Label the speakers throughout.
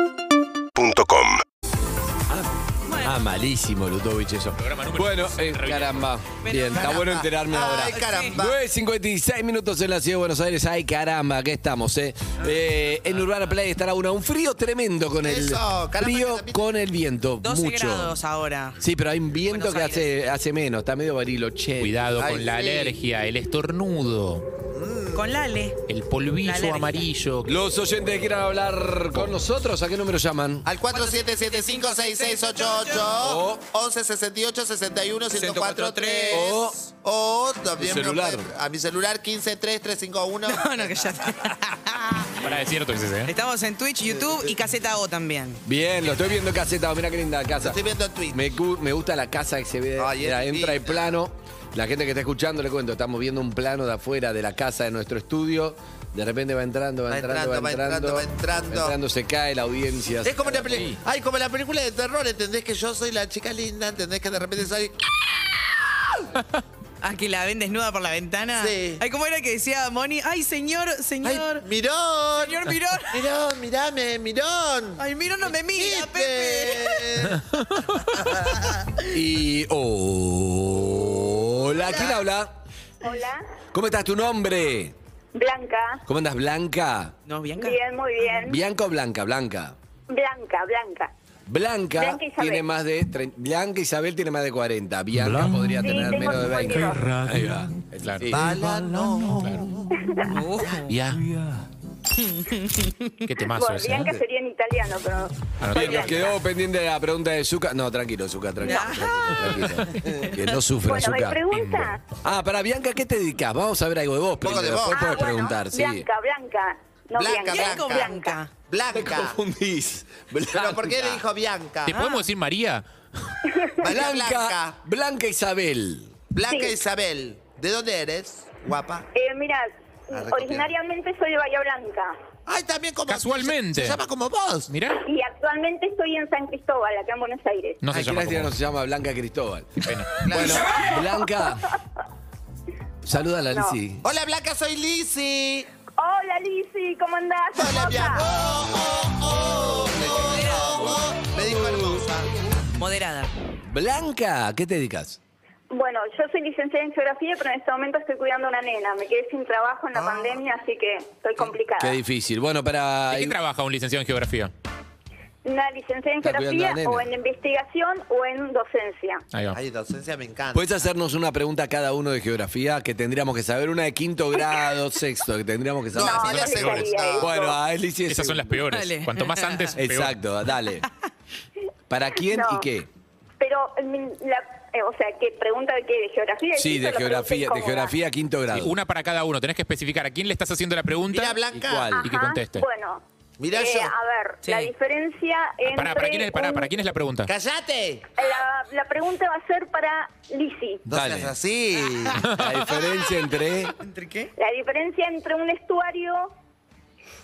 Speaker 1: UrbanaPlayFM.com
Speaker 2: Ah, malísimo Lutovich eso. Bueno, eh, caramba. Bien, está bueno enterarme ahora.
Speaker 3: caramba.
Speaker 2: 9.56 minutos en la ciudad de Buenos Aires. Ay, caramba, aquí estamos, eh. Eh, en Urbana Play estará una, un frío tremendo con el
Speaker 3: Eso, caramba, que
Speaker 2: frío
Speaker 3: también-
Speaker 2: con el viento.
Speaker 4: 12
Speaker 2: mucho.
Speaker 4: grados ahora.
Speaker 2: Sí, pero hay un viento
Speaker 4: Buenos
Speaker 2: que
Speaker 4: Aires.
Speaker 2: hace, hace menos, está medio bariloche.
Speaker 5: Cuidado
Speaker 3: Ay,
Speaker 5: con la
Speaker 3: sí.
Speaker 5: alergia, el estornudo,
Speaker 4: Con Lale.
Speaker 5: el
Speaker 4: La
Speaker 5: polvillo
Speaker 4: alergia.
Speaker 5: amarillo.
Speaker 2: Los oyentes que quieran hablar con nosotros, ¿a qué número llaman?
Speaker 3: Al 47756688 11 68 61 1043
Speaker 2: O-
Speaker 3: o también
Speaker 2: Mi
Speaker 3: me
Speaker 2: celular.
Speaker 3: puede- a mi celular 15351
Speaker 4: No, no, que ya.
Speaker 5: Para de cierto que es ese, ¿eh?
Speaker 4: Estamos en Twitch, YouTube y Caseta O también.
Speaker 2: Bien, lo estoy viendo caseta, mira qué linda casa.
Speaker 3: Estoy viendo en Twitch.
Speaker 2: Me, gu- me gusta la casa que se ve.
Speaker 3: Ay, es
Speaker 2: Mira, entra el
Speaker 3: divina.
Speaker 2: plano. La gente que está escuchando, le cuento, estamos viendo un plano de afuera de la casa de nuestro estudio. De repente va entrando, va,
Speaker 3: Va
Speaker 2: entrando, va entrando,
Speaker 3: va entrando.
Speaker 2: se cae la audiencia.
Speaker 3: Es como una peli- ay, como la película de terror, ¿entendés que yo soy la chica linda? ¿Entendés que de repente soy
Speaker 4: Ah, que la ven desnuda por la ventana.
Speaker 3: Sí.
Speaker 4: Ay, ¿cómo era que decía Moni? Ay, señor, señor.
Speaker 3: Mirón?
Speaker 4: señor Mirón.
Speaker 3: Mirón, mirame, Mirón.
Speaker 4: Ay, Mirón no me mira, Pepe.
Speaker 3: Pepe.
Speaker 2: Y. Hola, ¿quién habla?
Speaker 6: Hola,
Speaker 2: ¿Cómo estás? ¿Tu nombre?
Speaker 6: Blanca.
Speaker 2: ¿Cómo andas, Blanca? Ah,
Speaker 4: No, Bianca.
Speaker 6: Bien, muy bien.
Speaker 2: ¿Bianca o Blanca? Blanca.
Speaker 6: Blanca, Blanca.
Speaker 2: Blanca,
Speaker 6: Blanca Isabel.
Speaker 2: tiene más de. tre- Blanca Isabel tiene más de 40. Bianca podría
Speaker 6: Sí,
Speaker 2: tener
Speaker 6: tengo
Speaker 2: menos de 20.
Speaker 6: 52.
Speaker 2: Ahí va.
Speaker 5: Claro.
Speaker 2: Sí.
Speaker 3: Bala, no.
Speaker 4: Uh,
Speaker 5: Ya. Qué temazo
Speaker 6: Bueno,
Speaker 5: ese,
Speaker 6: Bianca
Speaker 5: ¿eh?
Speaker 6: sería en italiano, pero
Speaker 5: Anotá.
Speaker 2: Ah, Bien, nos quedó pendiente la pregunta de Zuka. No, tranquilo, Zuka, tranquilo. tranquilo, tranquilo. Que no sufra,
Speaker 6: bueno, me
Speaker 2: Zuka.
Speaker 6: pregunta.
Speaker 2: Ah, para Bianca, ¿qué te dedicas? Vamos a ver algo de vos primero.
Speaker 3: de vos.
Speaker 2: Después
Speaker 3: Ah,
Speaker 2: podés
Speaker 6: bueno,
Speaker 2: preguntar, sí.
Speaker 6: Blanca, Blanca. No
Speaker 3: Blanca,
Speaker 6: Bianca,
Speaker 4: Bianca o
Speaker 6: Blanca.
Speaker 4: Blanca.
Speaker 3: Blanca.
Speaker 2: Confundís.
Speaker 3: ¿Pero por qué le dijo Bianca?
Speaker 6: Ah.
Speaker 5: ¿Te podemos decir María?
Speaker 3: María
Speaker 2: Blanca,
Speaker 3: Blanca.
Speaker 2: Blanca Isabel.
Speaker 3: Blanca
Speaker 6: Sí.
Speaker 3: Isabel. ¿De dónde eres? Guapa.
Speaker 6: Eh,
Speaker 2: Ah,
Speaker 6: mira,
Speaker 3: recopilar.
Speaker 6: originariamente soy de Bahía Blanca
Speaker 3: Ay, también como.
Speaker 5: Casualmente.
Speaker 3: Se llama como vos.
Speaker 5: Mirá.
Speaker 6: y actualmente estoy en San Cristóbal, acá en Buenos Aires.
Speaker 5: No se
Speaker 2: Ay, qué
Speaker 5: llama
Speaker 2: lástima
Speaker 5: como
Speaker 2: no
Speaker 5: vos.
Speaker 2: se llama Blanca Cristóbal.
Speaker 5: Pena.
Speaker 2: Bueno, Blanca. Saluda a la
Speaker 6: No.
Speaker 2: Lizzy.
Speaker 3: Hola, Blanca, soy Lizzy.
Speaker 6: Hola, Lizzy, ¿cómo andás?
Speaker 3: Hola, mi amor.
Speaker 6: hermosa?
Speaker 3: Oh, oh, oh, oh. Me dijo hermosa.
Speaker 4: moderada.
Speaker 2: Blanca, ¿a ¿qué te dedicas?
Speaker 6: Bueno, yo soy licenciada en geografía, pero en este momento estoy cuidando a una nena. Me quedé sin trabajo en la pandemia, así que estoy complicada.
Speaker 2: Ah. Qué difícil. Bueno, para.
Speaker 5: ¿De qué trabaja un licenciado en geografía?
Speaker 6: Una licenciada en
Speaker 2: Está cuidando a
Speaker 6: geografía
Speaker 2: la nena.
Speaker 6: o en investigación o en docencia.
Speaker 5: Ahí va.
Speaker 3: Ay, docencia me encanta.
Speaker 2: ¿Puedes hacernos una pregunta a cada uno de geografía que tendríamos que saber? Una de quinto grado, sexto, que tendríamos que
Speaker 3: no,
Speaker 2: saber.
Speaker 6: No,
Speaker 3: así
Speaker 6: no
Speaker 3: la
Speaker 6: le
Speaker 3: segunda.
Speaker 6: daría eso.
Speaker 2: Bueno, a él sí es
Speaker 5: Esas son las
Speaker 2: segundo.
Speaker 5: peores.
Speaker 4: Dale.
Speaker 5: Cuanto más antes, peor.
Speaker 2: Exacto, dale. ¿Para quién y
Speaker 6: No.
Speaker 2: qué?
Speaker 6: Pero, mm, la- eh, o sea, ¿qué pregunta de qué? ¿De geografía?
Speaker 2: Sí,
Speaker 6: Eso
Speaker 2: de
Speaker 6: es lo que
Speaker 2: geografía,
Speaker 6: me
Speaker 2: de
Speaker 6: incomoda.
Speaker 2: geografía a quinto
Speaker 5: Sí,
Speaker 2: grado.
Speaker 5: Una para cada uno. Tenés que especificar a quién le estás haciendo la pregunta.
Speaker 3: Mira,
Speaker 2: ¿Y cuál?
Speaker 3: Blanca.
Speaker 2: Ah.
Speaker 5: y que
Speaker 6: Ajá,
Speaker 5: conteste. Ah,
Speaker 6: Bueno,
Speaker 3: Mirá
Speaker 6: eh,
Speaker 3: yo.
Speaker 6: a ver,
Speaker 4: Sí.
Speaker 6: la diferencia entre...
Speaker 5: Pará, ¿para quién, es, pará,
Speaker 6: un-
Speaker 5: ¿para quién es la pregunta?
Speaker 3: ¡Cállate!
Speaker 6: La, la pregunta va a ser para Lisi.
Speaker 3: No
Speaker 2: Dale.
Speaker 3: seas así.
Speaker 2: La diferencia entre.
Speaker 4: ¿Entre qué?
Speaker 6: La diferencia entre un estuario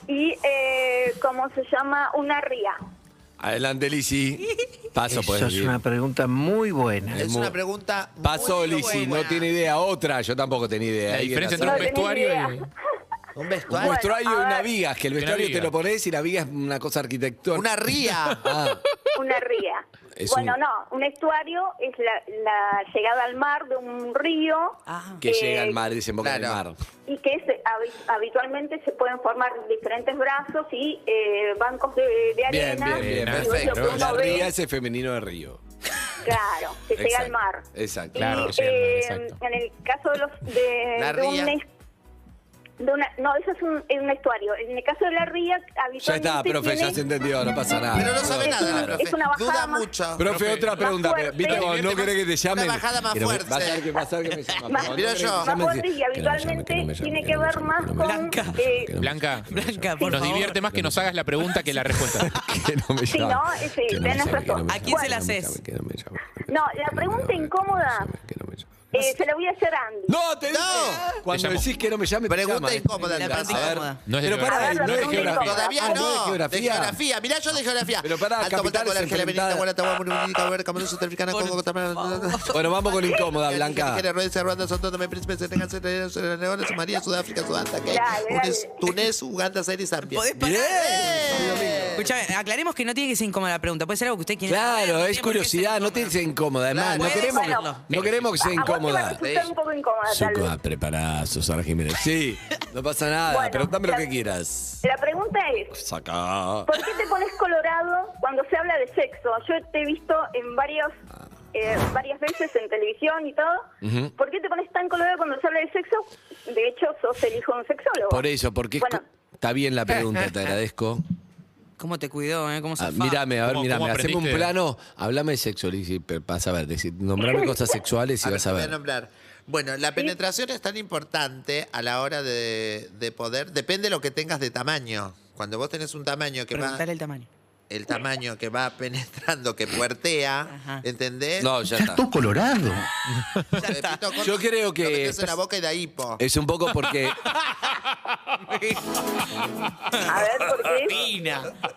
Speaker 6: y, eh, ¿cómo se llama? Una ría.
Speaker 2: Adelante, Lisi. Paso, pues.
Speaker 7: Esa es una pregunta muy buena.
Speaker 3: Es
Speaker 2: muy-
Speaker 3: una pregunta.
Speaker 2: Paso,
Speaker 3: muy
Speaker 2: Lisi. No
Speaker 3: buena.
Speaker 2: tiene idea. Otra, yo tampoco tenía idea.
Speaker 5: La
Speaker 2: Alguien
Speaker 5: diferencia
Speaker 2: la
Speaker 5: entre
Speaker 2: sabe.
Speaker 5: un
Speaker 6: No tenés
Speaker 5: vestuario
Speaker 6: idea.
Speaker 5: y.
Speaker 3: Un
Speaker 2: un
Speaker 3: vestuario.
Speaker 2: vestuario
Speaker 6: Bueno,
Speaker 2: y
Speaker 6: a
Speaker 2: una
Speaker 6: ver.
Speaker 2: viga. es Que el
Speaker 5: Una
Speaker 2: vestuario te
Speaker 5: viga.
Speaker 2: lo pones y la viga es una cosa arquitectónica.
Speaker 3: Una ría.
Speaker 2: Ah,
Speaker 6: Una ría.
Speaker 2: Es
Speaker 6: bueno,
Speaker 2: un-
Speaker 6: no, un estuario es la, la llegada al mar de un río
Speaker 4: Ah.
Speaker 2: que
Speaker 6: Eh,
Speaker 2: llega al mar, desemboca en el
Speaker 3: claro.
Speaker 2: mar.
Speaker 6: y que se- habi- habitualmente se pueden formar diferentes brazos y eh, bancos de, de
Speaker 2: Bien,
Speaker 6: arena.
Speaker 2: bien, bien.
Speaker 6: Y es
Speaker 2: Perfecto.
Speaker 6: lo que
Speaker 2: La
Speaker 6: uno ve,
Speaker 2: ría es el femenino de río.
Speaker 6: Claro, que llega al
Speaker 2: Exacto,
Speaker 6: mar.
Speaker 2: Exacto.
Speaker 5: Claro,
Speaker 6: y,
Speaker 5: llega al mar,
Speaker 6: eh,
Speaker 5: exacto.
Speaker 6: en el caso de los
Speaker 3: La
Speaker 6: de, de
Speaker 3: ría.
Speaker 6: un es- de una- no, eso es un, es un estuario. En el caso de la ría, habitualmente.
Speaker 2: Ya está, profe, ya
Speaker 6: tiene-
Speaker 2: se entendió, no pasa nada.
Speaker 3: Pero no sabe
Speaker 6: Es
Speaker 3: nada,
Speaker 6: una-
Speaker 3: la profe.
Speaker 6: es una bajada
Speaker 3: Duda
Speaker 6: más-
Speaker 3: mucho.
Speaker 2: Profe,
Speaker 5: Profe,
Speaker 2: otra
Speaker 5: más
Speaker 2: pregunta.
Speaker 6: fuerte.
Speaker 2: Viste, cuando no querés que te llamen.
Speaker 3: Una bajada más
Speaker 2: Pero
Speaker 3: fuerte.
Speaker 2: Va a tener que pasar que me llamen.
Speaker 6: Más-
Speaker 2: Cuando
Speaker 3: Mira
Speaker 2: no querés
Speaker 3: yo.
Speaker 2: que me
Speaker 6: Más fuerte
Speaker 2: llamen,
Speaker 6: y habitualmente tiene que ver más con.
Speaker 4: Blanca.
Speaker 6: eh,
Speaker 5: Blanca,
Speaker 4: Blanca, por
Speaker 5: nos
Speaker 4: favor.
Speaker 5: divierte más que nos hagas la pregunta que la respuesta.
Speaker 2: que no me
Speaker 6: Sí,
Speaker 2: llamen.
Speaker 6: no, sí,
Speaker 2: Que no me llamen, que no
Speaker 6: tenés
Speaker 2: me
Speaker 6: razón.
Speaker 2: llamen,
Speaker 4: ¿A quién se
Speaker 2: que
Speaker 4: la
Speaker 2: no me
Speaker 4: haces?
Speaker 2: llamen, que no me llamen, que me
Speaker 6: No,
Speaker 2: llamen,
Speaker 6: la
Speaker 2: que no me
Speaker 6: pregunta
Speaker 2: llamen, que no me
Speaker 6: incómoda
Speaker 2: llamen, que no me llamen.
Speaker 6: Eh, se la voy a hacer a Andy.
Speaker 2: No, te digo.
Speaker 3: No.
Speaker 2: Cuando
Speaker 5: Te llamo.
Speaker 2: decís que no me llame, te llama,
Speaker 3: Pregunta
Speaker 2: ¿eh?
Speaker 3: incómoda.
Speaker 4: La
Speaker 3: entonces.
Speaker 4: pregunta
Speaker 3: A ver.
Speaker 4: incómoda.
Speaker 5: No es de
Speaker 2: Pero
Speaker 5: geografía.
Speaker 2: pará, no
Speaker 6: no
Speaker 2: es
Speaker 6: es
Speaker 2: geografía.
Speaker 6: geografía.
Speaker 3: Todavía
Speaker 2: Ah,
Speaker 3: no.
Speaker 2: es
Speaker 3: De geografía. Mirá, yo de geografía.
Speaker 2: Pero pará,
Speaker 3: Alto,
Speaker 2: Capital
Speaker 3: Botaco,
Speaker 2: es
Speaker 3: la Argela,
Speaker 2: enfrentada.
Speaker 3: Benita, Guaratá, Guamuní, Cabrera, Camerún, Sudafricana,
Speaker 4: Por
Speaker 3: Congo, Cotamara,
Speaker 2: Bueno, vamos con incómoda, Blanca.
Speaker 3: Nigeria, Rueda, Ruanda, Santo Tomé, Príncipe, Senegal, Sierra Leona, Leona, Somalia, Sudáfrica, Sudán, Tanzania,
Speaker 6: Dale, dale.
Speaker 3: Unes- Tunés, Uganda, Zaire, Zambia.
Speaker 4: ¿Podés ¡Eh! parar? Escuchame, aclaremos que no tiene que ser incómoda la pregunta. Puede ser algo que usted quiera.
Speaker 2: Claro, es
Speaker 4: saber, no tiene por qué ser
Speaker 2: curiosidad, no te
Speaker 4: incómoda.
Speaker 2: dice incómoda, además. No
Speaker 4: Puede
Speaker 2: queremos, que,
Speaker 6: serlo.
Speaker 2: no queremos que sea
Speaker 6: A vos te va
Speaker 2: pues, incómoda.
Speaker 6: a resultar un poco incómoda, tal vez.
Speaker 2: Suco, prepará, Susana Jiménez. Sí, no pasa nada,
Speaker 6: Bueno,
Speaker 2: pero dame lo
Speaker 6: ya-
Speaker 2: que quieras.
Speaker 6: La pregunta es,
Speaker 2: Saca.
Speaker 6: ¿por qué te pones colorado cuando se habla de sexo? Yo te he visto en varios, eh, varias veces en televisión y todo. ¿Por qué te pones tan colorado cuando se habla de sexo? De hecho, sos el hijo de un sexólogo.
Speaker 2: Por eso, porque es
Speaker 6: Bueno,
Speaker 2: co- está bien la pregunta, te agradezco.
Speaker 4: ¿Cómo te cuidó, eh? ¿Cómo se
Speaker 2: Ah, mírame, a ver,
Speaker 5: ¿Cómo-
Speaker 2: mírame,
Speaker 5: cómo
Speaker 2: haceme un
Speaker 5: aprendiste?
Speaker 2: plano, hablame de sexo, Lizy, pero vas a ver, decí- nombrame cosas sexuales y
Speaker 3: A ver,
Speaker 2: vas a
Speaker 3: te voy a
Speaker 2: ver.
Speaker 3: nombrar. Bueno, la penetración es tan importante a la hora de, de poder. Depende de lo que tengas de tamaño. Cuando vos tenés un tamaño que va.
Speaker 4: Preguntale el tamaño.
Speaker 3: El tamaño que va penetrando, que puertea,
Speaker 4: Ajá.
Speaker 3: ¿entendés?
Speaker 2: No, ya está.
Speaker 7: colorado.
Speaker 3: El pito corto,
Speaker 2: Yo creo que- Eh.
Speaker 3: Lo metés en la boca y da hipo.
Speaker 2: Es un poco porque
Speaker 6: a ver, ¿por qué?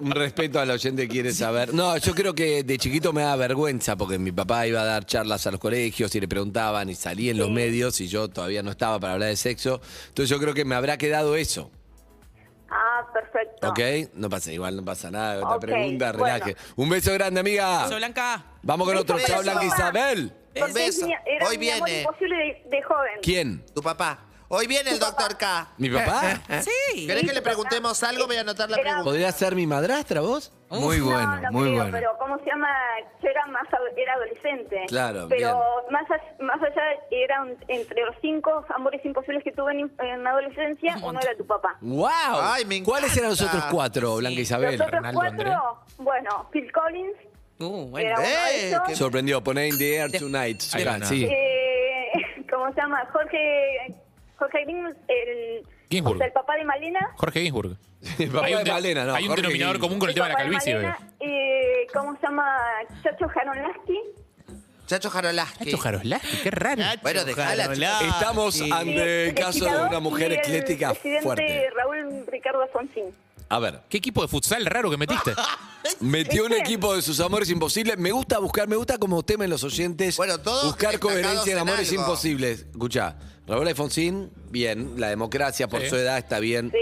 Speaker 2: Un respeto al oyente que quiere saber. No, yo creo que de chiquito me daba vergüenza porque mi papá iba a dar charlas a los colegios y le preguntaban y salí en los medios y yo todavía no estaba para hablar de sexo. Entonces yo creo que me habrá quedado eso.
Speaker 6: Ah, perfecto.
Speaker 2: ¿Ok? No pasa, igual no pasa nada. Otra
Speaker 6: Ok,
Speaker 2: pregunta,
Speaker 6: bueno.
Speaker 2: relaje. Un beso grande, amiga.
Speaker 4: Soy Blanca.
Speaker 2: Vamos con otro.
Speaker 3: Beso.
Speaker 2: Chao, Blanca Isabel.
Speaker 3: Un
Speaker 6: Porque es
Speaker 3: beso.
Speaker 6: mi- Era
Speaker 3: Hoy
Speaker 6: mi amor
Speaker 3: viene.
Speaker 6: imposible de, de joven.
Speaker 2: ¿Quién?
Speaker 3: Tu papá. Hoy viene el doctor K.
Speaker 2: ¿Mi papá?
Speaker 4: Sí.
Speaker 3: ¿Querés que le preguntemos algo? Voy a anotar la
Speaker 6: Era-
Speaker 3: pregunta.
Speaker 2: ¿Podría ser mi madrastra vos?
Speaker 7: Muy bueno,
Speaker 6: no, no
Speaker 7: muy
Speaker 6: creo,
Speaker 7: bueno.
Speaker 6: Pero ¿cómo se llama? Yo era más ado- era adolescente.
Speaker 2: Claro,
Speaker 6: Pero más allá, más allá eran entre los cinco amores imposibles que tuve en, en la adolescencia,
Speaker 4: Un
Speaker 6: uno
Speaker 4: montón.
Speaker 6: era tu papá.
Speaker 2: ¡Wow!
Speaker 3: Ay, me
Speaker 2: ¿Cuáles eran los
Speaker 3: encanta.
Speaker 2: otros cuatro, Blanca Isabel?
Speaker 6: los otros
Speaker 5: Arnaldo,
Speaker 6: cuatro,
Speaker 5: Andrés.
Speaker 6: bueno, Phil Collins,
Speaker 4: Uh,
Speaker 6: que
Speaker 4: bueno.
Speaker 6: era uno
Speaker 3: Eh,
Speaker 6: de
Speaker 3: qué-
Speaker 6: ellos.
Speaker 2: Sorprendió, poné In the Air Tonight.
Speaker 5: Ahí
Speaker 2: Acá,
Speaker 5: va, no.
Speaker 2: sí.
Speaker 6: Eh, ¿Cómo se llama? Jorge, Jorge Grimm, el,
Speaker 5: Ginsburg.
Speaker 6: o sea, el papá de Malena.
Speaker 5: Jorge Ginsburg.
Speaker 2: El papá
Speaker 5: hay un,
Speaker 2: de
Speaker 5: de-
Speaker 2: Malena, no,
Speaker 5: hay un
Speaker 2: Jorge
Speaker 5: denominador
Speaker 2: Ginsburg.
Speaker 5: común con el tema de la
Speaker 6: papá de
Speaker 5: calvicie. hoy.
Speaker 6: Malena, eh, ¿Cómo se llama? Chacho Janolaski.
Speaker 3: Chacho Jarolaski.
Speaker 5: Nacho Jaroslavski, qué raro.
Speaker 3: Bueno, dejala, chica.
Speaker 2: Estamos ante el caso de una mujer ecléctica
Speaker 6: El presidente
Speaker 2: fuerte.
Speaker 6: Raúl Ricardo Alfonsín.
Speaker 2: A ver,
Speaker 5: ¿Qué equipo de futsal raro que metiste?
Speaker 2: metió un
Speaker 6: ¿Viste?
Speaker 2: equipo de sus amores imposibles. Me gusta buscar, me gusta como temen los oyentes.
Speaker 3: Bueno, todos
Speaker 2: buscar
Speaker 3: destacados
Speaker 2: coherencia en
Speaker 3: en
Speaker 2: amores
Speaker 3: algo.
Speaker 2: imposibles. Escuchá, Raúl Alfonsín, bien. La democracia por
Speaker 5: Sí.
Speaker 2: su edad está bien.
Speaker 6: Sí.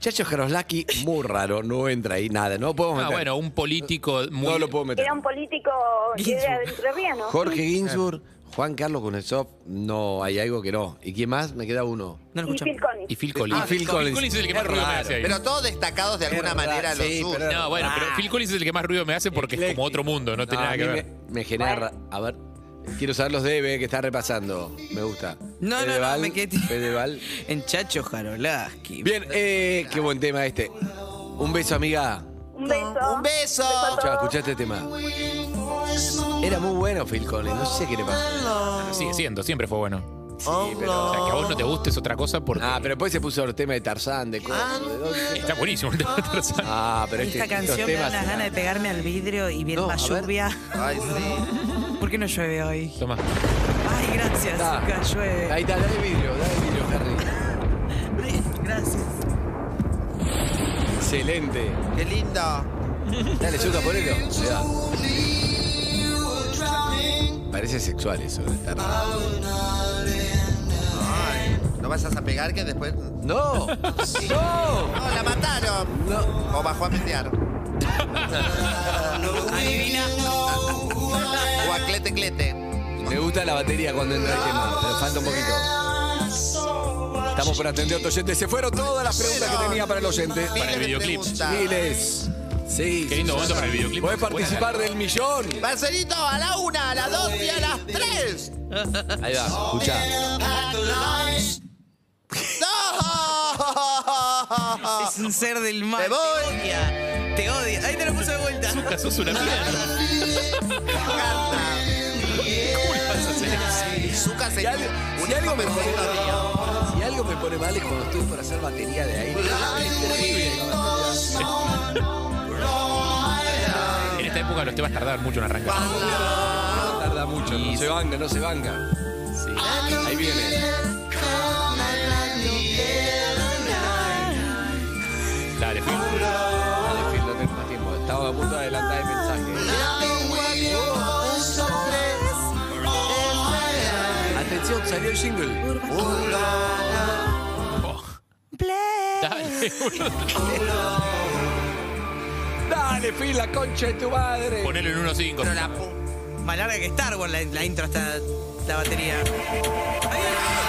Speaker 2: Chacho Jaroslaki, muy raro, no entra ahí nada. No podemos
Speaker 5: Ah,
Speaker 2: meter.
Speaker 5: bueno, un político muy...
Speaker 2: no lo puedo meter.
Speaker 6: Era un político que era de entrerriano.
Speaker 2: Jorge Ginsburg, Juan Carlos Kuznetsov, no, hay algo que no. ¿Y quién más? Me queda uno.
Speaker 4: No lo
Speaker 6: Y
Speaker 4: escuchamos.
Speaker 6: Phil Collins.
Speaker 5: Y Phil Collins.
Speaker 2: Ah, Phil Collins.
Speaker 5: es el que
Speaker 2: Es
Speaker 5: más ruido me
Speaker 2: raro,
Speaker 5: hace ahí.
Speaker 3: Pero todos destacados de alguna
Speaker 2: Es
Speaker 3: manera
Speaker 2: verdad,
Speaker 3: los
Speaker 2: sí,
Speaker 3: unos.
Speaker 2: pero-
Speaker 5: No, bueno, pero Phil Collins es el que más ruido me hace porque es como otro mundo, no tiene
Speaker 2: Ah. No,
Speaker 5: nada
Speaker 2: Ah, a
Speaker 5: que
Speaker 2: mí
Speaker 5: ver.
Speaker 2: Me, me genera. ra- A ver, quiero saber los DB que está repasando. Me gusta.
Speaker 4: No, no, no,
Speaker 2: Fedeval,
Speaker 4: me quedé-
Speaker 2: Fedeval.
Speaker 4: En Chacho Jarolaski.
Speaker 2: Bien, eh, qué buen tema este. Un beso, amiga.
Speaker 6: Un beso.
Speaker 3: Un beso.
Speaker 6: a todos.
Speaker 2: Chao, escuchaste este tema. Era muy bueno Phil Collins, no sé qué le pasó.
Speaker 5: Sigue siendo, siempre fue bueno.
Speaker 3: Oh,
Speaker 5: O sea, que a vos no te guste es otra cosa porque...
Speaker 2: Ah, pero después se puso el tema de Tarzán, de cosas, de dónde.
Speaker 5: Está buenísimo el tema de Tarzán.
Speaker 2: Ah, pero este,
Speaker 4: Ah. Esta
Speaker 2: estos
Speaker 4: canción me da
Speaker 2: temas.
Speaker 4: unas ganas de pegarme al vidrio y viene
Speaker 2: No,
Speaker 4: más
Speaker 2: a ver.
Speaker 4: lluvia.
Speaker 3: Ay, sí.
Speaker 4: ¿Por qué no llueve hoy?
Speaker 5: Tomá.
Speaker 4: Ay, gracias,
Speaker 2: Ah,
Speaker 4: Zucca, llueve.
Speaker 2: Ahí está, dale vidrio, dale vidrio, Harry.
Speaker 4: Ay, Gracias.
Speaker 2: Excelente.
Speaker 3: Qué lindo.
Speaker 2: Dale, suelta, ponelo. Ahí va. Parece sexual eso de estar.
Speaker 3: Ay, no vayas a pegar que después. No,
Speaker 2: ¡No! ¡No!
Speaker 3: la mataron.
Speaker 2: No.
Speaker 3: O bajó a metear.
Speaker 4: Adivina.
Speaker 3: O a clete clete.
Speaker 2: Me gusta la batería cuando entra el tema, pero falta un poquito. Estamos por atender a otro oyente. Se fueron todas las preguntas que tenía para el oyente.
Speaker 5: el
Speaker 3: Miles de
Speaker 5: videoclip.
Speaker 3: preguntas.
Speaker 2: Miles. Sí.
Speaker 5: Qué lindo momento para el videoclip.
Speaker 2: Podés participar del millón.
Speaker 3: Marcelito, a la una, a las dos y a las tres.
Speaker 2: Ahí va, escuchá.
Speaker 3: ¡No!
Speaker 4: Ah. Es un ser del mal.
Speaker 3: Me voy.
Speaker 4: Te odia. Te odia. Ahí te lo puse de vuelta.
Speaker 5: Zucca, sos una mierda. ¿Cómo le vas a hacer eso?
Speaker 3: Zucca
Speaker 2: Si
Speaker 3: se
Speaker 2: algo, si algo me pone mal, si algo me pone mal es cuando estoy por hacer batería de aire. Es terrible.
Speaker 5: En esta época los temas tardaban mucho en arrancar.
Speaker 2: Ah, Tarda mucho, no se vanga, no se vanga. Ahí viene.
Speaker 5: Dale, Phil.
Speaker 2: Dale, Phil, no tengo más tiempo. Estaba a punto de adelantar el mensaje. Atención, salió el jingle.
Speaker 5: Dale, boludo.
Speaker 2: Dale, Phil, la concha de tu madre.
Speaker 5: Ponelo en 1.5.
Speaker 4: la pu- Más larga que Star Wars, la, la intro hasta la batería. Ahí va.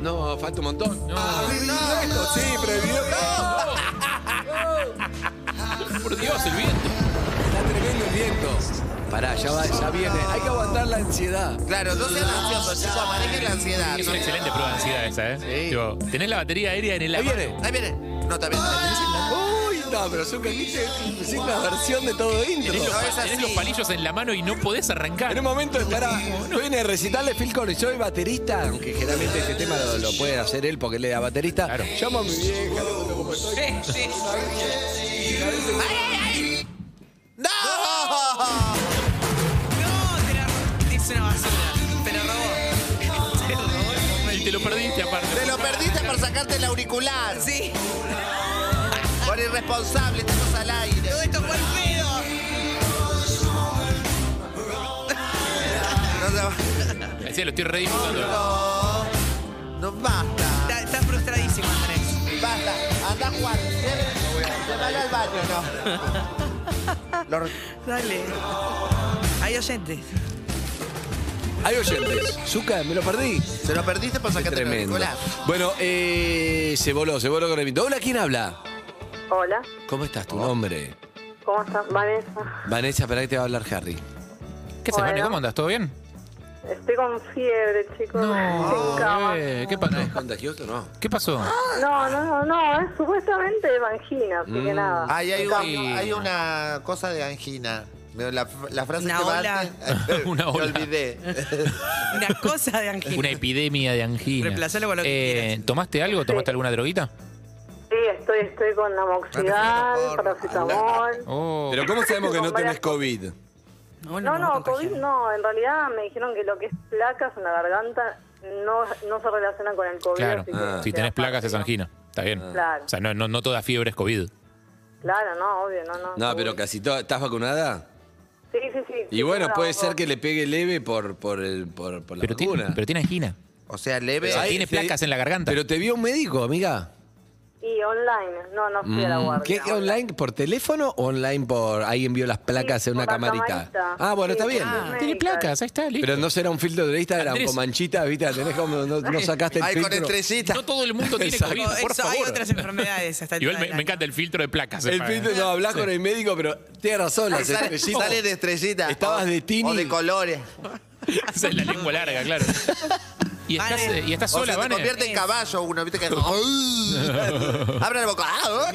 Speaker 2: No, falta un montón. Ah,
Speaker 5: No.
Speaker 2: Esto sí, pero el video. ¡No!
Speaker 5: Por Dios, el viento.
Speaker 2: Está tremendo el viento. Pará, ya, va, ya viene. Hay que aguantar la ansiedad.
Speaker 3: Claro, no sean ansiosos, chicos, manejen la
Speaker 2: Ah,
Speaker 3: ansiedad.
Speaker 5: Es una excelente prueba de ansiedad esa, ¿eh?
Speaker 3: Sí.
Speaker 5: Tipo, tenés la batería aérea en el
Speaker 2: Ahí
Speaker 5: agua.
Speaker 2: viene.
Speaker 3: Ahí viene. No, también no la tenés.
Speaker 2: Uy, no, pero Zucca, hiciste hiciste una versión de todo intro.
Speaker 5: Tenés, los,
Speaker 3: No,
Speaker 5: pa-
Speaker 3: es así.
Speaker 5: tenés los palillos en la mano y no podés
Speaker 2: En
Speaker 5: arrancar.
Speaker 2: un momento estará, viene a recitarle Phil Collins, soy baterista, aunque generalmente este tema lo, lo puede hacer él porque él era baterista.
Speaker 5: Claro.
Speaker 2: Llamo a mi vieja.
Speaker 4: Sí, sí.
Speaker 3: ¡No!
Speaker 4: No, te la es una basura. Te la robó. Te la robó.
Speaker 5: Y te lo perdiste aparte.
Speaker 3: Te lo perdiste por sacarte el auricular.
Speaker 4: Sí,
Speaker 3: Por irresponsable, estamos al aire.
Speaker 4: todo esto fue el pedo.
Speaker 3: No, no,
Speaker 5: Decía, lo estoy re disfrutando.
Speaker 3: no, basta.
Speaker 4: Está, está frustradísimo, Andrés.
Speaker 3: Basta. Anda a jugar. Se va al baño, no. Lo-
Speaker 4: Dale. Hay oyentes.
Speaker 2: Hay oyentes. Zucca, me lo perdí.
Speaker 3: se lo perdiste por sacarte el
Speaker 2: Tremendo.
Speaker 3: auricular.
Speaker 2: Bueno, eh, se voló, se voló con el viento. Hola, ¿quién habla?
Speaker 8: Hola,
Speaker 2: ¿Cómo estás? Tu nombre.
Speaker 8: ¿cómo estás, Vanessa?
Speaker 2: Vanessa, para que te va a hablar Harry.
Speaker 5: ¿Qué haces,
Speaker 8: Bueno.
Speaker 5: Vane? ¿Cómo andas? ¿Todo bien?
Speaker 8: Estoy con fiebre, chicos. en cama.
Speaker 5: Eh, ¿qué, pa-
Speaker 2: ¿No es contagioso? No.
Speaker 5: ¿Qué pasó?
Speaker 8: No, no, no, no, es supuestamente angina, así que nada.
Speaker 3: Ay, hay,
Speaker 8: En
Speaker 3: hay- hay una cosa de angina. Veo La, la frase
Speaker 4: Una
Speaker 3: que va
Speaker 4: ola.
Speaker 3: antes-
Speaker 5: Una
Speaker 3: Me
Speaker 5: ola.
Speaker 3: olvidé.
Speaker 4: Una cosa de angina.
Speaker 5: Una epidemia de angina.
Speaker 4: Reemplazalo con lo que
Speaker 5: Eh,
Speaker 4: quieras.
Speaker 5: ¿Tomaste algo? ¿Tomaste
Speaker 8: Sí.
Speaker 5: alguna droguita?
Speaker 8: Sí, estoy, estoy con amoxidal, paracetamol.
Speaker 5: Oh.
Speaker 2: Pero ¿cómo sabemos que no tenés COVID?
Speaker 8: No, no, COVID no. En realidad me dijeron que lo que es placas en la garganta no, no se relaciona con el COVID.
Speaker 5: claro.
Speaker 8: así que
Speaker 2: Ah.
Speaker 8: no
Speaker 5: Si
Speaker 8: sea
Speaker 5: tenés placas es
Speaker 8: fácil, ¿no?
Speaker 5: angina. Está bien.
Speaker 8: Claro.
Speaker 5: O sea, no, no, no toda fiebre es COVID.
Speaker 8: Claro, no, obvio, no, no.
Speaker 2: No, pero
Speaker 8: seguro.
Speaker 2: casi todo. ¿Estás vacunada?
Speaker 8: Sí, sí, sí.
Speaker 2: Y bueno, puede ser que le pegue leve por, por, el, por, por la
Speaker 5: Pero tiene,
Speaker 2: vacuna.
Speaker 5: pero tiene angina.
Speaker 3: O sea,
Speaker 5: O
Speaker 3: leve.
Speaker 5: sea,
Speaker 2: Ahí
Speaker 5: tiene
Speaker 2: te-
Speaker 5: placas en la garganta.
Speaker 2: Pero te vio un médico, amiga.
Speaker 8: Y online, no, no fui a la guardia.
Speaker 2: Mm, ¿Qué, qué online? ¿Por teléfono o online por alguien vio las placas
Speaker 8: Sí,
Speaker 2: en una
Speaker 8: por la
Speaker 2: camarita?
Speaker 8: camarita.
Speaker 2: Ah, bueno,
Speaker 8: Sí,
Speaker 2: está bien.
Speaker 8: ah.
Speaker 5: tiene placas, ahí está, listo.
Speaker 2: Pero no será un filtro de Instagram
Speaker 5: Andrés.
Speaker 2: con manchitas, ¿viste? La Tenés como no, no sacaste el
Speaker 3: Ay, con
Speaker 2: filtro.
Speaker 3: estrellita.
Speaker 5: No todo el mundo tiene
Speaker 2: Exacto.
Speaker 5: COVID, por
Speaker 4: Eso, hay
Speaker 5: favor.
Speaker 4: otras enfermedades hasta el
Speaker 5: Igual me,
Speaker 4: final del
Speaker 5: me
Speaker 4: año.
Speaker 5: encanta el filtro de placas. eh,
Speaker 2: El filtro, no, hablás con el médico, pero tienes razón, las
Speaker 3: Sale,
Speaker 2: estrellitas.
Speaker 3: sale de estrellita.
Speaker 2: Estabas
Speaker 3: O-
Speaker 2: de tini.
Speaker 3: O de colores.
Speaker 5: Esa es la lengua larga, claro. ¿Y estás,
Speaker 4: Vane.
Speaker 5: eh, y estás
Speaker 3: O
Speaker 5: sola,
Speaker 3: sea, te
Speaker 5: Vane?
Speaker 3: convierte en caballo uno, viste que. Abre la boca. Ah, ah.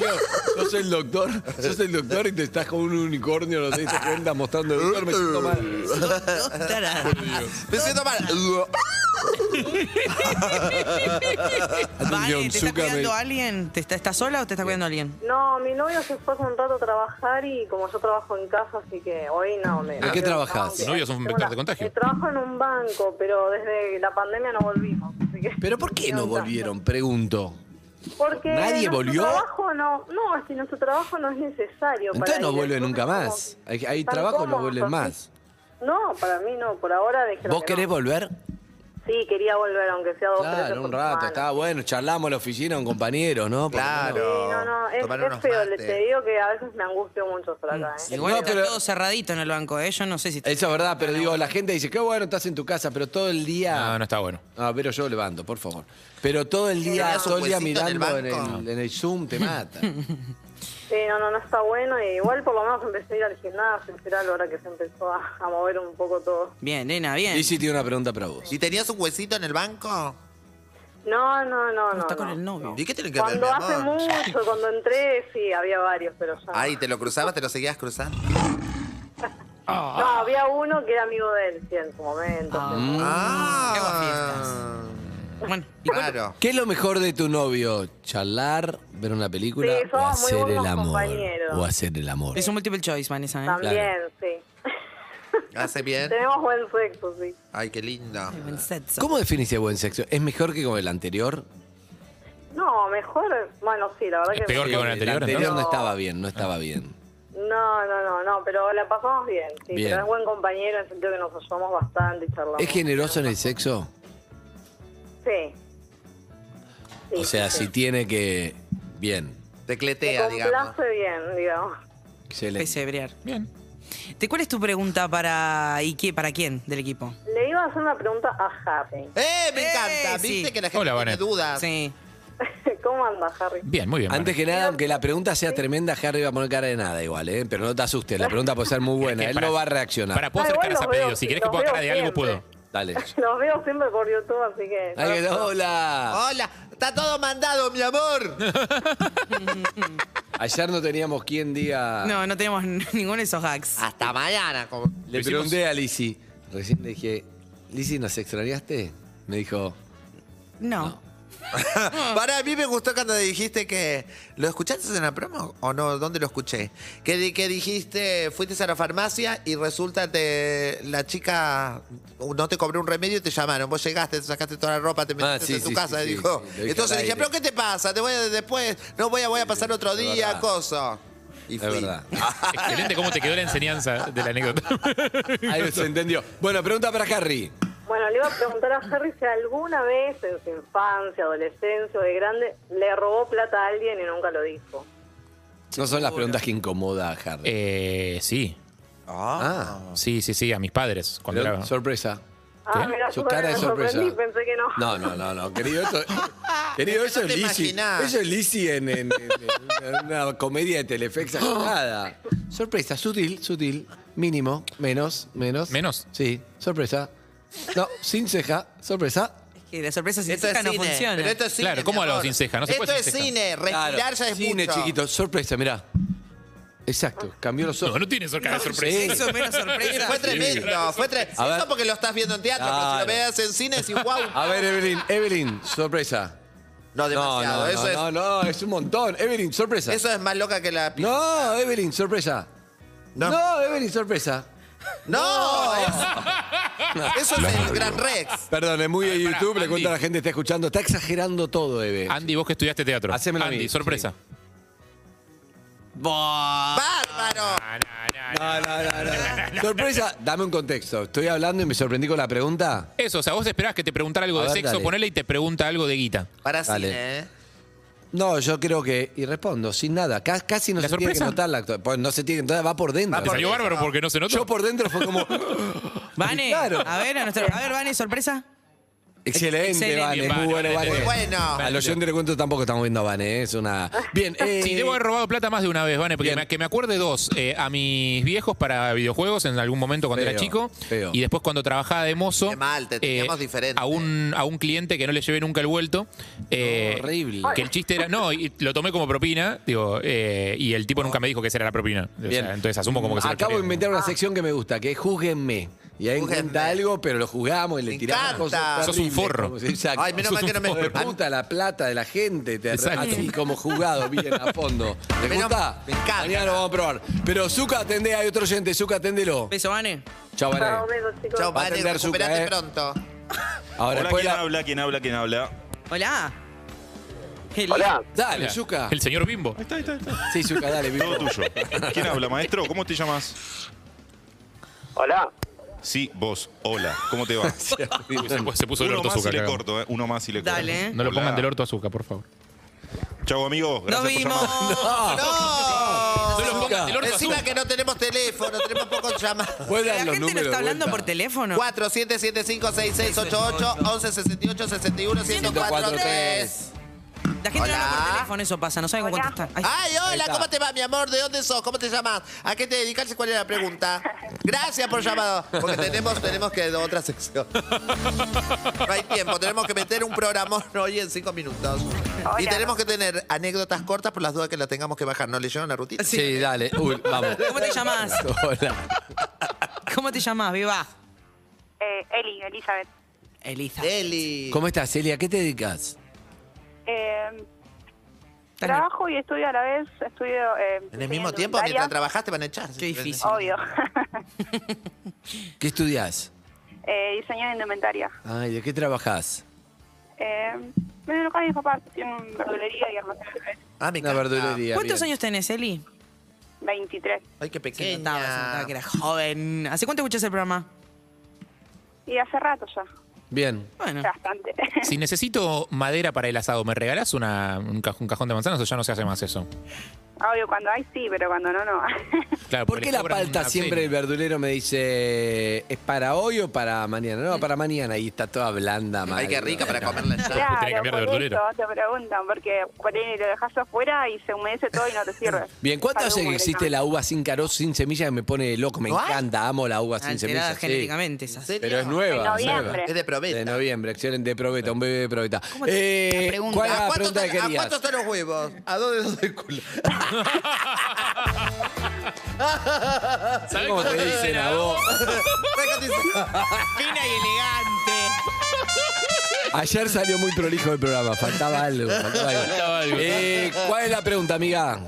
Speaker 2: No, sos el doctor, sos el doctor y te estás con un unicornio, no te diste cuenta, mostrando el doctor, me siento mal.
Speaker 4: Tarado.
Speaker 3: Me siento mal.
Speaker 4: Vale, ¿te está
Speaker 2: Zucca, me-
Speaker 4: cuidando alguien? ¿Te está, ¿Estás sola o te está cuidando alguien?
Speaker 8: No, mi novio se fue hace un rato a trabajar y como yo trabajo en casa, así que hoy no me...
Speaker 2: ¿De qué trabajás?
Speaker 5: Tu novio es un
Speaker 8: Tengo
Speaker 5: vector de
Speaker 8: una-
Speaker 5: contagio.
Speaker 8: eh, trabajo en un banco, pero desde la pandemia no volvimos. así que-
Speaker 2: Pero ¿por qué no volvieron? Pregunto.
Speaker 8: Porque
Speaker 2: ¿Nadie
Speaker 8: nuestro
Speaker 2: volvió?
Speaker 8: trabajo no, no, es que nuestro trabajo no es necesario. para
Speaker 2: Entonces no
Speaker 8: ir.
Speaker 2: vuelve nunca
Speaker 8: Entonces,
Speaker 2: más.
Speaker 8: como que
Speaker 2: Hay, hay
Speaker 8: están
Speaker 2: trabajos, no
Speaker 8: cómodos,
Speaker 2: vuelven
Speaker 8: así.
Speaker 2: más.
Speaker 8: No, para mí no, por ahora dijeron
Speaker 2: ¿Vos
Speaker 8: que
Speaker 2: querés
Speaker 8: no.
Speaker 2: volver?
Speaker 8: Sí, quería volver, aunque sea dos tres veces
Speaker 2: Claro, un
Speaker 8: por
Speaker 2: rato.
Speaker 8: semana.
Speaker 2: Estaba bueno, charlamos en la oficina con compañeros, ¿no? Por lo
Speaker 3: Claro.
Speaker 8: Sí, no, no, es,
Speaker 3: Tomar
Speaker 8: es
Speaker 3: unos
Speaker 8: feo, le-
Speaker 3: mates.
Speaker 8: te digo que a veces me angustio mucho por acá. ¿eh?
Speaker 4: Igual
Speaker 2: No,
Speaker 4: está
Speaker 2: Mm, pero-
Speaker 4: todo cerradito en el banco, ¿eh? Yo no sé si... está-
Speaker 2: Eso es verdad, pero digo, la gente dice, qué bueno, estás en tu casa, pero todo el día.
Speaker 5: No, no está bueno.
Speaker 2: Ah, pero yo levanto, por favor. Pero todo el día,
Speaker 3: ¿Tenías un
Speaker 2: todo el día
Speaker 3: huesito en el
Speaker 2: mirando en el,
Speaker 3: banco?
Speaker 2: en el Zoom te mata.
Speaker 8: Sí, no, no, no está bueno. y igual por lo menos empecé a ir al gimnasio, en general, ahora que se empezó a, a mover un poco todo.
Speaker 4: Bien, nena, bien.
Speaker 2: Y sí tiene una pregunta para vos.
Speaker 3: ¿Y tenías un huesito en el banco?
Speaker 8: No, no, no, no.
Speaker 4: Está con
Speaker 8: no.
Speaker 4: el novio.
Speaker 3: ¿Y qué tiene que ver, mi
Speaker 8: Cuando hace
Speaker 3: amor?
Speaker 8: mucho, cuando entré, sí, había varios, pero ya.
Speaker 3: Ay, ¿te lo cruzabas? ¿Te lo seguías cruzando?
Speaker 8: No, había uno que era amigo de él, sí, en su momento.
Speaker 4: Ah,
Speaker 3: Ah.
Speaker 4: Bueno, y-
Speaker 3: Claro.
Speaker 2: ¿Qué es lo mejor de tu novio? ¿Charlar, ver una película
Speaker 8: Sí,
Speaker 2: o
Speaker 8: somos muy
Speaker 2: hacer el
Speaker 8: buenos
Speaker 2: amor?
Speaker 8: compañeros.
Speaker 2: O hacer el amor.
Speaker 4: es un multiple choice, Vanessa, ¿eh?
Speaker 8: También, sí.
Speaker 3: Hace bien.
Speaker 8: Tenemos buen sexo, sí.
Speaker 3: Ay, qué lindo.
Speaker 4: Buen sexo.
Speaker 2: ¿Cómo definís el buen sexo? ¿Es mejor que con el anterior?
Speaker 8: No, mejor, bueno, sí, la verdad
Speaker 5: Es
Speaker 8: que
Speaker 5: peor que con el anterior,
Speaker 2: El Eh, anterior no,
Speaker 8: ¿no?
Speaker 2: estaba bien, no estaba bien.
Speaker 8: No, no, no, no, pero la pasamos bien, sí,
Speaker 2: Bien.
Speaker 8: pero es buen compañero en el sentido que nos ayudamos bastante y charlamos.
Speaker 2: ¿Es generoso en el sexo?
Speaker 8: Sí. Sí,
Speaker 2: O sea,
Speaker 8: sí,
Speaker 2: si
Speaker 8: sí.
Speaker 2: tiene que... Bien.
Speaker 3: Te
Speaker 8: Me
Speaker 3: cletea, digamos.
Speaker 8: complace bien, digamos.
Speaker 2: Excelente.
Speaker 4: Pesebrear.
Speaker 5: Bien.
Speaker 4: ¿De cuál es tu pregunta para y qué, para quién del equipo?
Speaker 8: Le iba a hacer una pregunta a Harry.
Speaker 3: ¡Eh, me
Speaker 4: Eh,
Speaker 3: encanta!
Speaker 4: sí.
Speaker 3: Viste que la gente
Speaker 5: Hola,
Speaker 3: tiene
Speaker 5: Vanet.
Speaker 3: dudas.
Speaker 4: Sí.
Speaker 8: ¿Cómo anda, Harry?
Speaker 5: Bien, muy bien.
Speaker 2: Antes
Speaker 5: Antes
Speaker 2: que nada, aunque la pregunta sea tremenda, Harry va a poner cara de nada igual, ¿eh? Pero no te asustes, la pregunta puede ser muy buena. Él no va a reaccionar.
Speaker 5: Para, puedo hacer
Speaker 8: Ah, igual
Speaker 5: caras a
Speaker 8: los veo,
Speaker 5: pedido. Si querés que
Speaker 8: los
Speaker 5: ponga
Speaker 8: veo
Speaker 5: cara de algo, puedo.
Speaker 8: siempre.
Speaker 2: Dale.
Speaker 8: Los veo siempre por YouTube, así que...
Speaker 2: Ahí quedó, hola.
Speaker 3: Hola, está todo mandado, mi amor.
Speaker 2: Ayer no teníamos quien
Speaker 3: Ah.
Speaker 2: diga.
Speaker 4: No, no tenemos ninguno de esos hacks.
Speaker 3: Hasta mañana. como-
Speaker 2: Le pregunté a Lisi. Recién le dije, Lisi, ¿nos extrañaste? Me dijo,
Speaker 4: No.
Speaker 3: Para a mí me gustó cuando dijiste que. ¿Lo escuchaste en la promo o no? ¿Dónde lo escuché? Que, di- que dijiste, fuiste a la farmacia y resulta que la chica "Oh, no te cobró un remedio y te llamaron. Vos llegaste, te sacaste toda la ropa, te metiste
Speaker 2: Ah, sí,
Speaker 3: en tu
Speaker 2: sí,
Speaker 3: casa.
Speaker 2: sí, sí,
Speaker 3: dijo.
Speaker 2: sí, lo dije
Speaker 3: Entonces
Speaker 2: al
Speaker 3: dije,
Speaker 2: aire.
Speaker 3: ¿pero qué te pasa? Te voy a después. No voy a, voy a pasar otro
Speaker 2: es
Speaker 3: día,
Speaker 2: verdad.
Speaker 3: coso. Y
Speaker 2: es
Speaker 3: fui.
Speaker 2: verdad. Ah,
Speaker 5: Excelente cómo te quedó la enseñanza de la anécdota.
Speaker 2: Ahí se entendió. Bueno, pregunta para Harry.
Speaker 8: Bueno, le iba a preguntar a Harry si alguna vez en su infancia, adolescencia o de grande le robó plata a alguien y nunca lo dijo.
Speaker 2: No son las preguntas que incomoda a Harry.
Speaker 5: Eh, sí.
Speaker 3: Ah.
Speaker 5: Sí, sí, sí, a mis padres. Cuando
Speaker 2: Pero,
Speaker 5: era-
Speaker 2: Sorpresa.
Speaker 8: Ah,
Speaker 5: ¿Qué?
Speaker 8: mira,
Speaker 2: Su
Speaker 8: yo también
Speaker 2: cara de
Speaker 8: me
Speaker 2: sorpresa.
Speaker 8: sorprendí, pensé que no.
Speaker 2: No, no, no, no, querido, eso, querido, eso
Speaker 3: No te
Speaker 2: es Lizzy.
Speaker 3: imaginás.
Speaker 2: Eso es Lizzy en, en- en- en una comedia de Telefe exagerada. Sorpresa, sutil, sutil, mínimo, menos, menos.
Speaker 5: ¿Menos?
Speaker 2: Sí, sorpresa. No, sin ceja, sorpresa.
Speaker 4: Es que la sorpresa sin
Speaker 3: Esto es
Speaker 4: ceja no
Speaker 3: cine,
Speaker 4: funciona.
Speaker 3: Pero esto es cine.
Speaker 5: Claro, ¿cómo
Speaker 3: mi
Speaker 5: lo
Speaker 3: amor?
Speaker 5: sin ceja? No se
Speaker 3: esto
Speaker 5: puede
Speaker 3: es
Speaker 5: sin ceja.
Speaker 3: cine. Respirar
Speaker 2: Claro,
Speaker 3: ya es
Speaker 2: cine,
Speaker 3: mucho.
Speaker 2: chiquito, sorpresa, mirá. Exacto, cambió los ojos.
Speaker 5: No, no tiene sor- cara de sorpresa.
Speaker 4: Eso, menos sorpresa.
Speaker 3: Fue tremendo, fue tremendo.
Speaker 2: A ver.
Speaker 3: Eso porque lo estás viendo en teatro, pero si
Speaker 2: Claro.
Speaker 3: lo veas en cine es igual.
Speaker 2: A ver, Evelyn, Evelyn, sorpresa.
Speaker 3: No,
Speaker 2: No,
Speaker 3: demasiado.
Speaker 2: no,
Speaker 3: eso,
Speaker 2: no,
Speaker 3: es,
Speaker 2: no, no, es un montón. Evelyn, sorpresa.
Speaker 3: eso es más loca que la... pi-
Speaker 2: No, Evelyn, sorpresa.
Speaker 3: No.
Speaker 2: no Evelyn, sorpresa.
Speaker 3: ¡No! es- eso es el Gran Rex.
Speaker 2: Perdón, es muy de
Speaker 5: pará,
Speaker 2: YouTube, le
Speaker 5: Andy. Ah,
Speaker 2: cuento a la gente, está escuchando, está exagerando todo, Eve.
Speaker 5: Andy, vos que estudiaste teatro.
Speaker 2: Hacémelo a mí,
Speaker 5: Andy, sorpresa.
Speaker 2: Ah.
Speaker 3: ¡Bárbaro!
Speaker 2: No, no, no, no. Sorpresa, dame un contexto. Estoy hablando y me sorprendí con la pregunta.
Speaker 5: Eso, o sea, vos esperabas que te preguntara algo
Speaker 2: A
Speaker 5: de
Speaker 2: ver,
Speaker 5: sexo,
Speaker 2: dale.
Speaker 5: ponele y te pregunta algo de guita.
Speaker 3: Para
Speaker 2: Dale.
Speaker 3: cine, ¿eh?
Speaker 2: No, yo creo que. Y respondo, sin nada. Ca- casi no
Speaker 5: ¿La
Speaker 2: se tiene que
Speaker 5: sorpresa? Ah,
Speaker 2: notar la actua- pues No se tiene que notar, va por dentro.
Speaker 3: Va
Speaker 5: Te
Speaker 3: por
Speaker 5: salió
Speaker 3: eso.
Speaker 5: bárbaro porque no se notó.
Speaker 2: Yo por dentro fue como.
Speaker 4: Vane,
Speaker 2: Claro.
Speaker 4: a ver, a, nuestro, a ver, Vane, sorpresa.
Speaker 2: Excelente,
Speaker 4: Excelente.
Speaker 2: Vane,
Speaker 5: Bien,
Speaker 2: muy
Speaker 5: Vane,
Speaker 2: bueno, Vane.
Speaker 5: Vane,
Speaker 3: Muy bueno.
Speaker 2: A los oyentes le cuento tampoco estamos viendo a Vane, ¿eh? es una. Bien, eh,
Speaker 5: Sí, debo haber robado plata más de una vez, Vane, porque
Speaker 2: Bien.
Speaker 5: me- que me acuerde dos. eh, a mis viejos para videojuegos en algún momento cuando era
Speaker 2: Feo,
Speaker 5: chico.
Speaker 2: feo.
Speaker 5: Y después cuando trabajaba de mozo. eh,
Speaker 3: Qué mal, te teníamos diferente.
Speaker 5: A un, a un cliente que no le llevé nunca el vuelto. eh,
Speaker 2: horrible.
Speaker 5: Que el chiste era. No, y lo tomé como propina, digo, eh, y el tipo nunca me dijo que esa era la propina. O sea,
Speaker 2: Bien.
Speaker 5: entonces asumo como que se lo
Speaker 2: Acabo de
Speaker 5: choreé.
Speaker 2: inventar una sección que me gusta, que es júguenme. Y ahí
Speaker 3: Ah. Júguenme.
Speaker 2: inventa algo, pero lo jugamos y le
Speaker 3: Me
Speaker 2: tiramos
Speaker 3: encanta.
Speaker 2: cosas.
Speaker 5: Sos un
Speaker 2: terribles,
Speaker 5: forro.
Speaker 2: como si- exacto.
Speaker 3: Ay, menos
Speaker 5: Sos
Speaker 3: mal que
Speaker 5: un
Speaker 3: no me...
Speaker 2: Hijo de puta la plata de la gente, te
Speaker 5: Exacto.
Speaker 2: así como jugado bien a fondo. ¿Te
Speaker 3: Pero
Speaker 2: gusta?
Speaker 3: me encanta.
Speaker 2: Mañana lo vamos a probar. Pero Zuka atendé, hay otro oyente, Zuka atendelo.
Speaker 4: Beso, Vane.
Speaker 2: eh, Chao, Vane.
Speaker 8: Chao, besos, chicos.
Speaker 3: Chao,
Speaker 2: Va a
Speaker 3: Vane,
Speaker 2: atender Zucca,
Speaker 3: recuperate
Speaker 2: eh.
Speaker 3: pronto.
Speaker 2: Ahora
Speaker 9: Hola,
Speaker 2: después
Speaker 9: ¿quién
Speaker 2: la...
Speaker 9: habla? ¿Quién habla? ¿Quién habla?
Speaker 4: Hola. Hello.
Speaker 10: Hola,
Speaker 2: Dale, Zuka.
Speaker 5: El señor Bimbo.
Speaker 9: Ahí está, ahí está, ahí está.
Speaker 2: Sí, Zuka, dale, vivo.
Speaker 9: Todo tuyo. ¿Quién habla, maestro? ¿Cómo te llamas?
Speaker 10: hola.
Speaker 9: Sí, vos. Hola. ¿Cómo te va?
Speaker 5: Uy, se, pu- se puso el
Speaker 9: Uno
Speaker 5: orto
Speaker 9: más
Speaker 5: azúcar.
Speaker 9: y le
Speaker 5: cagamos.
Speaker 9: corto, ¿eh? Uno más y le corto.
Speaker 4: Dale, ¿eh?
Speaker 5: No lo
Speaker 9: Hola.
Speaker 5: pongan del orto azúcar, por favor.
Speaker 9: Chau, amigo.
Speaker 4: Nos
Speaker 9: Gracias por
Speaker 4: vimos.
Speaker 9: llamar.
Speaker 2: Ah.
Speaker 3: ¡No!
Speaker 5: No lo pongan del orto
Speaker 3: Encima
Speaker 5: azúcar.
Speaker 3: que no tenemos teléfono, tenemos pocos llamadas.
Speaker 4: La
Speaker 2: Vuelvan los
Speaker 4: gente no
Speaker 2: números de
Speaker 4: está hablando
Speaker 2: vuelta.
Speaker 4: por teléfono.
Speaker 3: 47756688 1168-61-1043.
Speaker 4: La gente no habla
Speaker 3: Hola. Ah.
Speaker 4: por teléfono, eso pasa, no saben cómo
Speaker 8: Hola.
Speaker 4: contestar. Ay,
Speaker 3: Ay,
Speaker 2: Ahí
Speaker 3: hola,
Speaker 2: está.
Speaker 3: ¿cómo te va, mi amor? ¿De dónde sos? ¿Cómo te llamas? ¿A qué te dedicas? ¿Cuál era la pregunta? Gracias por llamado. Porque tenemos, tenemos que otra sección. No hay tiempo, tenemos que meter un programa hoy en cinco minutos. Y
Speaker 8: Hola.
Speaker 3: tenemos que tener anécdotas cortas por las dudas que la tengamos que bajar. ¿No leyeron la rutina?
Speaker 2: Sí, dale. Uy, vamos.
Speaker 4: ¿Cómo te llamás?
Speaker 2: Hola.
Speaker 4: ¿Cómo te llamás, Viva?
Speaker 6: Eh, Eli, Elizabeth.
Speaker 4: Elisa.
Speaker 3: Eli.
Speaker 2: ¿Cómo estás, Celia? ¿Qué te dedicas?
Speaker 6: Eh, trabajo y estudio a la vez. Estudio. eh,
Speaker 3: En el
Speaker 6: diseño
Speaker 3: mismo tiempo,
Speaker 6: indumentaria.
Speaker 3: mientras trabajaste, van a echar.
Speaker 4: Qué difícil.
Speaker 6: Obvio.
Speaker 2: ¿Qué estudias?
Speaker 6: Eh, diseño de indumentaria.
Speaker 2: Ay, ¿de qué trabajás?
Speaker 6: Eh, bueno, acá mis papás tienen verdulería y almacén.
Speaker 3: Ah, me
Speaker 2: Una
Speaker 3: encanta.
Speaker 2: verdulería.
Speaker 4: ¿Cuántos
Speaker 2: bien.
Speaker 4: años tenés, Eli?
Speaker 6: 23.
Speaker 3: Ay, qué
Speaker 4: Se
Speaker 3: pequeña.
Speaker 4: notaba, se notaba que era joven. ¿Hace cuánto escuchás el programa?
Speaker 6: Y hace rato ya.
Speaker 5: Ah.
Speaker 2: Bien.
Speaker 4: Bueno.
Speaker 6: Bastante.
Speaker 5: Si necesito madera para el asado, ¿me regalás una, un, caj- un cajón de manzanas o ya no se hace más eso?
Speaker 6: Obvio, cuando hay sí, pero cuando no, no.
Speaker 5: Claro,
Speaker 2: ¿Por
Speaker 5: porque
Speaker 2: qué
Speaker 5: le
Speaker 2: la
Speaker 5: cobran
Speaker 2: palta
Speaker 5: una
Speaker 2: siempre el
Speaker 5: feria.
Speaker 2: verdulero me dice es para hoy o para mañana? No, para mañana y está toda blanda, madre.
Speaker 3: Ay, qué rica para comerla en sal.
Speaker 5: tenés que
Speaker 6: Claro,
Speaker 5: cambiar de
Speaker 6: por
Speaker 5: verdulero.
Speaker 6: eso te preguntan, porque por ahí lo dejas afuera y se humedece todo y no te sirve.
Speaker 2: Bien, ¿cuánto
Speaker 6: Para
Speaker 2: hace
Speaker 6: humo
Speaker 2: que existe
Speaker 6: directamente.
Speaker 2: la uva sin caroz, sin semilla? Que me pone loco, me
Speaker 3: ¿No hay?
Speaker 2: encanta, amo la uva sin semilla.
Speaker 4: Alterada
Speaker 2: sí.
Speaker 4: genéticamente
Speaker 3: ¿En
Speaker 4: esas.
Speaker 3: serio?
Speaker 2: Pero es nueva.
Speaker 6: En
Speaker 2: es nueva.
Speaker 6: noviembre.
Speaker 3: Es de probeta.
Speaker 2: De noviembre, excelente, de probeta, un bebé de probeta.
Speaker 11: te-
Speaker 2: Eh,
Speaker 11: la pregunta?
Speaker 2: ¿Cuál era
Speaker 3: ¿A
Speaker 2: la
Speaker 3: cuánto,
Speaker 2: pregunta que
Speaker 3: están, ¿A
Speaker 2: querías?
Speaker 3: cuánto están los huevos? ¿A dos dedos de culo?
Speaker 5: ¿Sabés
Speaker 2: ¿Cómo
Speaker 5: cuánto
Speaker 2: te dicen a vos?
Speaker 11: Fina y elegante.
Speaker 2: Ayer salió muy prolijo el programa, faltaba algo. Faltaba algo.
Speaker 5: Faltaba algo.
Speaker 2: Eh, ¿Cuál es la pregunta, amiga?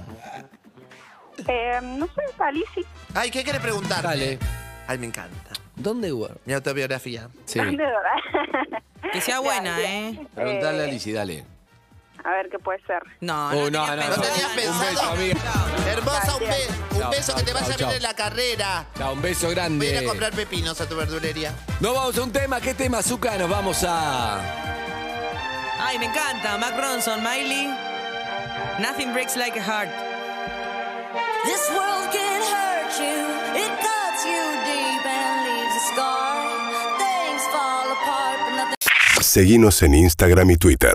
Speaker 6: Eh, no sé, salí sí.
Speaker 3: Ay, ¿qué querés preguntar?
Speaker 2: Dale.
Speaker 3: Ay, me encanta.
Speaker 2: ¿Dónde hubo?
Speaker 3: Mi autobiografía.
Speaker 2: Sí.
Speaker 6: De verdad.
Speaker 4: Que sea buena, ¿eh?
Speaker 2: Preguntale a Lizzy, dale.
Speaker 6: A ver qué puede ser.
Speaker 4: No,
Speaker 2: Oh, no,
Speaker 4: tenía
Speaker 2: no,
Speaker 3: ¿No
Speaker 2: no.
Speaker 4: pensado.
Speaker 3: tenías
Speaker 2: Un
Speaker 3: pensado?
Speaker 2: beso, amiga.
Speaker 3: Hermosa, un, be- un
Speaker 2: Chao,
Speaker 3: beso que te
Speaker 2: chao,
Speaker 3: vaya
Speaker 2: chao.
Speaker 3: bien en la carrera.
Speaker 2: Chao, un beso
Speaker 3: Voy a ir a
Speaker 2: grande.
Speaker 3: comprar pepinos a tu verdulería.
Speaker 2: Nos vamos a un tema. ¿Qué tema, Azúcar? Nos vamos a.
Speaker 4: Ay, me encanta. Mac Ronson, Miley. Nothing breaks like a heart.
Speaker 12: This world can hurt you, it cuts you deep and leaves a scar. Things fall apart, but nothing.
Speaker 1: Seguimos en Instagram y Twitter.